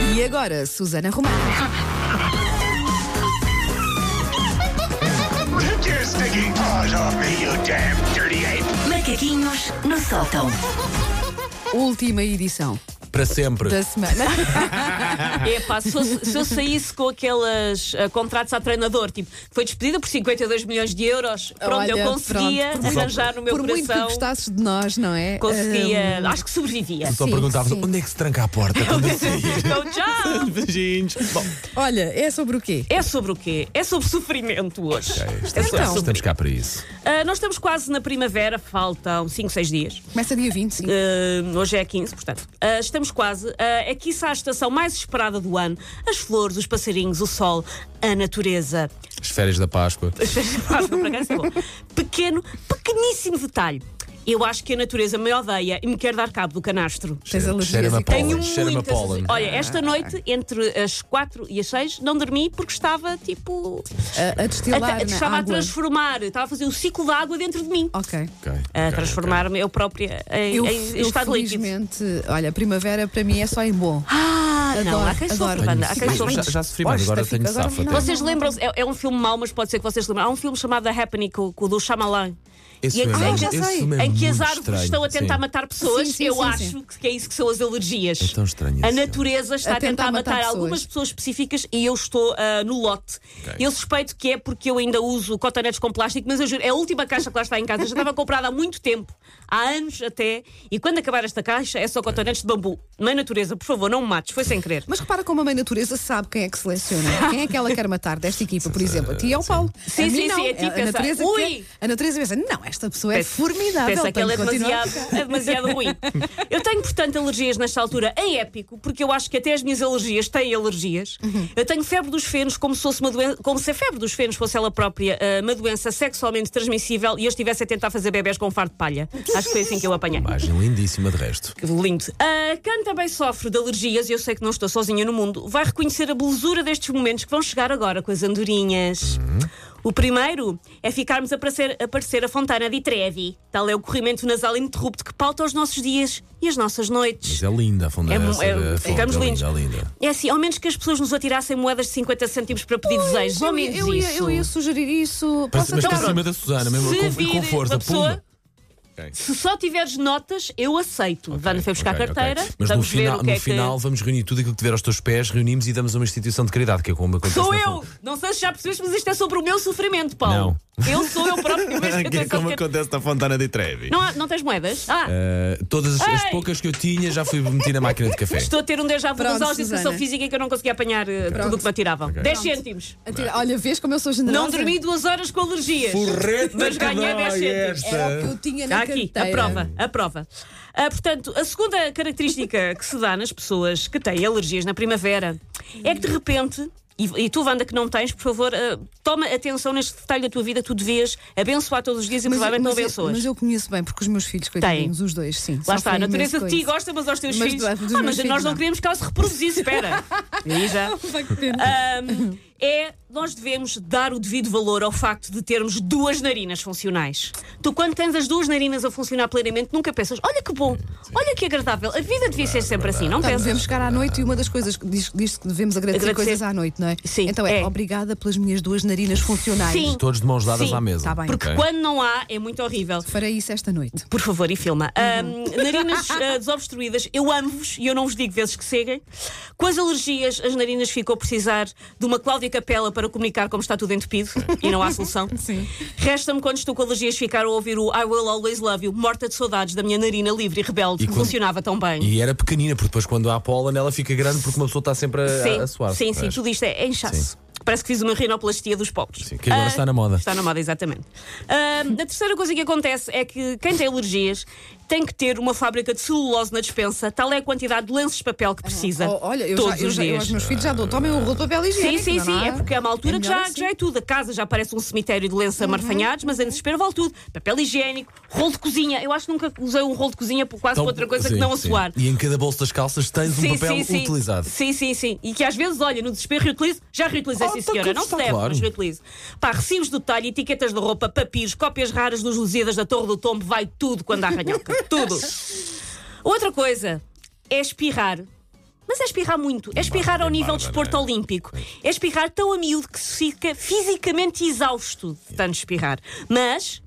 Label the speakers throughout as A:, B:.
A: E agora, Susana Romana.
B: Take your stinking paws off me, you damn dirty ape!
C: Macaquinhos no sótão.
A: Última edição
D: Para sempre.
A: da semana.
E: Epá, se, fosse- se eu saísse com aquelas ah, contratos a treinador, tipo, foi despedida por 52 milhões de euros, pronto,
A: Oh, Olha,
E: eu conseguia
A: pronto.
E: arranjar no meu
A: Por muito que
E: coração,
A: gostasses de nós, não é?
E: conseguia,
A: Ahm,
E: acho que sobrevivia.
D: Só
A: sim,
D: perguntavas
A: sim.
D: onde é que se tranca a porta quando eu saí.
E: Então, tchau!
D: Beijinhos. Bom,
A: olha, é sobre o quê?
E: É sobre o quê? É sobre sofrimento hoje.
D: estamos,
A: Então.
D: estamos cá para isso.
E: Ah, nós estamos quase na primavera, faltam 5, 6 dias.
A: Começa dia 25.
E: Ah, hoje é 15, portanto. Ah, estamos quase. Ah, é quiçá a estação mais esperada do ano. As flores, os passarinhos, o sol, a natureza.
D: As férias da Páscoa.
E: Ah, Páscoa, por acaso é bom. Pequeno, pequeníssimo detalhe. Eu acho que a natureza me odeia e me quer dar cabo do canastro.
A: Tens alergias
D: Cheira-me a
A: e tal.
D: pólen.
E: Tenho
D: Cheira-me a
E: muitas-
D: pólen.
E: Olha, esta noite, entre as 4 e as 6, não dormi porque estava tipo.
A: A, a destilar
E: a- a-
A: na
E: estava a
A: água.
E: transformar, estava a fazer um ciclo de água dentro de mim.
A: Ok.
D: Ok,
E: A
D: ok, ok.
E: transformar-me eu própria em,
A: Eu,
E: em
A: eu
E: estado líquido.
A: felizmente, olha, a primavera para mim é só em bom.
E: Ah, não,
A: Adoro,
E: há quem
A: adoro.
E: sofre, banda. Ah, Há quem
A: Mas-
E: sofre.
D: Já, já sofri mais,
A: Bosta,
D: agora
A: fica
D: tenho
A: agora
D: safa.
A: afinal.
D: até.
E: Vocês lembram-se, é, é um filme mau, mas pode ser que vocês lembram. Há um filme chamado The Happening com, com o do Shyamalan.
D: Esse
E: e em,
D: filme é
E: em
A: muito-
E: que,
A: Ah, já sei.
E: em
D: esse filme é
E: que as
D: muito
E: árvores
D: estranho,
E: estão a tentar
D: sim.
E: matar pessoas,
A: Sim, sim,
E: eu
A: sim,
E: acho
A: sim.
E: que é isso que são as alergias.
D: É tão estranho
E: A
D: esse filme.
E: natureza está a tentar, matar,
A: pessoas.
E: algumas pessoas específicas e eu estou ah, no lote. Eu suspeito que é porque eu ainda uso cotonetes com plástico, mas eu juro, é a última caixa que lá está em casa. Eu Já estava comprada há muito tempo, há anos até, e quando acabar esta caixa é só cotonetes de bambu. Mãe natureza, por favor, não me mates, foi sem querer.
A: Mas repara como a mãe natureza sabe quem é que seleciona. Quem é que ela quer matar desta equipa, por exemplo? A ti é o Paulo.
E: Sim,
A: a mim
E: sim,
A: não.
E: sim, a ti
A: a,
E: pensa,
A: natureza
E: "Ui!"
A: quer- a natureza pensa, não, esta pessoa é
E: Pensa-
A: formidável.
E: Pensa que
A: tenho
E: ela é
A: que continuar.
E: demasiado, é demasiado ruim. Eu tenho, portanto, alergias nesta altura em épico, porque eu acho que até as minhas alergias têm alergias.
A: Uhum.
E: Eu tenho febre dos fenos como se, fosse uma doen- como se a febre dos fenos fosse ela própria eh, uma doença sexualmente transmissível e eu estivesse a tentar fazer bebés com um fardo de palha. Acho que foi assim que eu apanhei.
D: Imagem lindíssima de resto.
E: Que lindo. Ah, quem também sofre de alergias, e eu sei que não estou sozinha no mundo, vai reconhecer a belezura destes momentos que vão chegar agora com as andorinhas.
D: Uhum.
E: O primeiro é ficarmos a parecer, a parecer a Fontana di Trevi. Tal é o corrimento nasal ininterrupto que pauta os nossos dias e as nossas noites.
D: Mas é linda a
E: É
D: fundação.
E: mu-
D: essa
E: é-
D: da fonte,
E: ficamos
D: é
E: lindos.
D: linda, é linda.
E: É assim, ao menos que as pessoas nos atirassem moedas de 50 cêntimos para pedir desejos. Ao
A: Eu
E: menos
A: ia, eu ia-
E: isso.
A: eu ia sugerir isso.
D: Mas
A: Posso
D: para
A: então-
D: cima da Susana, mesmo
E: Se
D: com, com
E: vir
D: força,
E: uma pessoa-
D: pumba. Ok.
E: Se só tiveres notas, eu aceito.
D: Ok,
E: Vanda foi buscar
D: ok,
E: a carteira.
D: ok. Mas
E: vamos
D: no final,
E: ver o que
D: no
E: é que...
D: final vamos reunir tudo aquilo que tiver aos teus pés, reunimos e damos a uma instituição de caridade, que é como acontece
E: Sou
D: na
E: eu!
D: Fun-
E: Não sei se já percebeste, mas isto é sobre o meu sofrimento, Paulo. Eu sou eu próprio que vejo
D: Que é como acontece na Fontana de Trevi.
E: não, há- não tens moedas? Ah,
D: Uh, todas as, as
E: Ei!
D: poucas que eu tinha já fui meti na máquina de café.
E: estou a ter um déjà vu
A: Pronto,
E: dos aulas de educação
A: Susana.
E: física em que eu não conseguia apanhar eh, tudo o que me atiravam.
D: Ok.
E: 10 cêntimos.
A: Atira- Olha, vês como eu sou generosa?
E: Não dormi duas horas com alergias.
D: Porreta
E: mas
D: que dói
E: ganhei 10 cêntimos.
A: Era É o que eu tinha na
E: Está Tá aqui, a
A: carteira.
E: prova, a prova. Ah, portanto, a segunda característica que se dá nas pessoas que têm alergias na primavera é que de repente. E, e tu, Wanda, que não tens, por favor, ah, toma atenção neste detalhe da tua vida. Tu devias abençoar todos os dias e provavelmente não
A: eu,
E: abençoas.
A: mas eu conheço bem, porque os meus filhos, coitadinhos, os dois, sim. sofrem
E: Lá está, a natureza
A: imenso
E: de
A: com
E: ti
A: isso.
E: gosta, mas aos teus
A: Mas
E: filhos.
A: do- dos
E: ah,
A: meus
E: mas
A: filhos,
E: nós não
A: não.
E: queremos que ela se reproduzisse, espera. Aí já.
A: Vai que pena.
E: Ahm, é, nós devemos dar o devido valor ao facto de termos duas narinas funcionais. Tu, quando tens as duas narinas a funcionar plenamente, nunca pensas, olha que bom, olha que agradável. A vida devia ser sempre assim, não
A: Tá,
E: pensas?
A: devemos chegar à noite e uma das coisas que diz, diz que devemos agradecer,
E: Agradecer.
A: coisas à noite, não é?
E: Sim,
A: Então é,
E: é.
A: obrigada pelas minhas duas narinas funcionais.
E: Sim.
D: Todos de mãos dadas
E: Sim,
D: à mesa.
A: tá bem.
E: Porque
D: Ok?
E: quando não há, é muito horrível.
A: Farei isso esta noite.
E: Por favor, e filma. Ahm, narinas ah, desobstruídas, eu amo-vos e eu não vos digo vezes que seguem. Com as alergias, as narinas ficam a precisar de uma Cláudia Capela para comunicar como está tudo entupido e não há solução.
A: Sim.
E: Resta-me, quando estou com alergias, ficar a ouvir o I Will Always Love You, morta de saudades da minha narina livre e rebelde,
D: E
E: que
D: quando-
E: funcionava tão bem.
D: E era pequenina, porque depois quando há pólen ela fica grande porque uma pessoa está sempre a,
E: Sim,
D: a suar.
E: sim, sim,
D: Mas-
E: tudo isto é, é inchaço. Parece que fiz uma rinoplastia dos pobres.
D: Sim, que agora está na moda.
E: Está na moda, exatamente. Ah, a terceira coisa que acontece é que quem tem alergias tem que ter uma fábrica de celulose na dispensa, tal é a quantidade de lenços de papel que precisa.
A: Oh, olha, eu,
E: Ah, todos
A: já, eu,
E: os
A: já, eu
E: dias.
A: aos meus filhos já dou. Tomem um rolo de papel
E: Sim,
A: higiênico.
E: sim,
A: não
E: sim.
A: há-
E: É porque é uma altura
A: é
E: que, já,
A: melhor Uhum.
E: que já é tudo. A casa já parece um cemitério de lença marfanhados, mas em desespero vale tudo. Papel higiênico, rolo de cozinha. Eu acho que nunca usei um rolo de cozinha por quase
D: Então,
E: por outra coisa
D: sim,
E: que não a
D: sim.
E: suar.
D: E em cada bolso das calças tens um papel utilizado.
E: Sim, sim, sim. E que às vezes, olha, no desespero reutilizo, já reutilizei,
D: Ah,
E: sim,
D: tá
E: senhora.
D: tudo,
E: Não se
D: está
E: deve,
D: claro.
E: mas reutilizo. Pá, recibos de detalhe, etiquetas de roupa, papiros, cópias raras dos Lusíadas da Torre do Tombo, vai tudo quando há ranhoca. tudo. Outra coisa é espirrar Mas é espirrar muito, é espirrar ao
F: é
E: nível de
F: parva,
E: desporto
F: não é?
E: olímpico. É espirrar tão a miúdo que se fica fisicamente exausto de tanto espirrar. Mas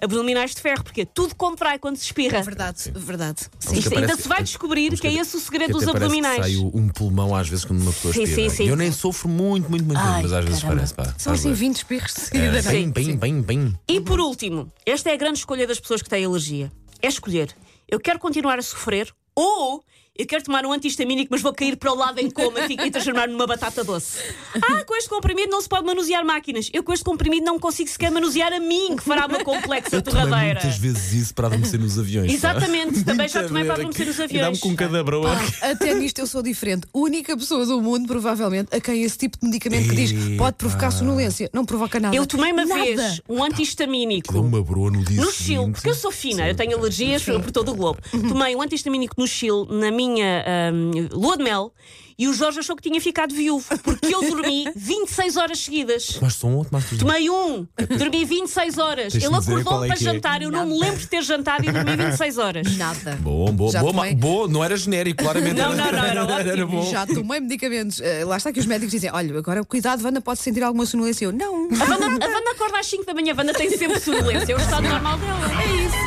E: abdominais de ferro, porque é tudo contrai quando se espirra.
A: É Verdade, verdade.
E: Isto
D: Porque
E: ainda
D: parece-
E: se vai descobrir
D: Porque
E: que é esse o segredo
D: que
E: dos
D: até parece que
E: abdominais.
D: Sai um pulmão às vezes quando uma pessoa
E: Sim,
D: espirra.
E: sim, sim,
D: Eu
E: sim.
D: nem sofro muito, muito, muito,
E: Ai,
D: muito mas às vezes
E: caramba.
D: parece. Pá,
A: São
D: Às
A: assim
D: vezes.
A: 20 espirros de seguida,
D: É,
A: não é?
D: Bem, bem, bem, bem.
E: E por último, esta é a grande escolha das pessoas que têm alergia. É escolher. Eu quero continuar a sofrer ou eu quero tomar um antihistamínico, mas vou cair para o lado em coma e fico- e transformar-me numa batata doce. Ah, com este comprimido não se pode manusear máquinas. Eu com este comprimido não consigo sequer manusear a mim, que fará uma complexa
D: Eu tomei
E: torradeira.
D: muitas vezes isso para adormecer nos aviões. tá? pá.
E: Exatamente, também já
D: Muita
E: tomei para
D: merda.
E: adormecer nos
D: E
E: aviões.
D: Dá-me com um cada broa.
A: Ah, Até nisto eu sou diferente. Única pessoa do mundo, provavelmente, a quem esse tipo de medicamento que diz pode provocar sonolência. Não provoca nada.
E: Eu tomei uma
A: Nada.
E: vez um antihistamínico.
D: Dá uma broa no dia
E: No Chile,
D: seguinte.
E: porque eu sou fina, eu tenho alergias por todo o globo.
D: Uhum.
E: Tomei um antihistamínico no Chile, na minha ahm, lua de mel, e o Jorge achou que tinha ficado viúvo, porque eu dormi 26 horas seguidas.
D: Mas são outro, mas
E: Tomei um, dormi 26 horas.
D: Tens de
E: Ele
D: dizer qual
E: acordou
D: é
E: para
D: que é.
E: jantar, eu não me lembro de ter jantado e dormi 26 horas.
A: Nada.
D: Bom, bom,
A: Já
D: bom,
A: tomei.
D: bom, não era genérico, claramente.
E: Não, não, não, era ótimo.
D: bom.
A: Já tomei medicamentos. Eh, lá está que os médicos dizem: olha, agora cuidado, Wanda pode sentir alguma sonolência. Eu, não.
E: A Wanda, a Wanda acorda às 5 da manhã, a Wanda tem sempre sonolência, é o estado normal dela. É isso.